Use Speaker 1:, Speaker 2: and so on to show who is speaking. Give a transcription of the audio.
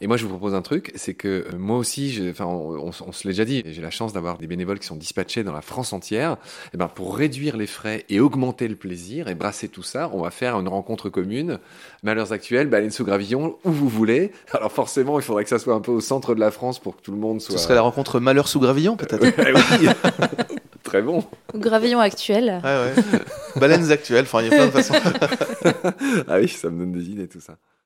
Speaker 1: Et moi, je vous propose un truc, c'est que euh, moi aussi, j'ai- enfin, on, on- on se l'est déjà dit, j'ai la chance d'avoir des bénévoles qui sont dispatchés dans la France entière. Et ben, pour réduire les frais et augmenter le plaisir et brasser tout ça, on va faire une rencontre commune. Malheurs actuels, baleine sous gravillon, où vous voulez. Alors forcément, il faudrait que ça soit un peu au centre de la France pour que tout le monde soit.
Speaker 2: Ce serait la rencontre malheur sous gravillon, peut-être.
Speaker 1: Eh oui. Très bon.
Speaker 3: Ou Gravillon actuel.
Speaker 2: Ouais, ouais. Baleines actuelles, enfin, il y a plein de façons.
Speaker 1: Ah oui, ça me donne des idées tout ça.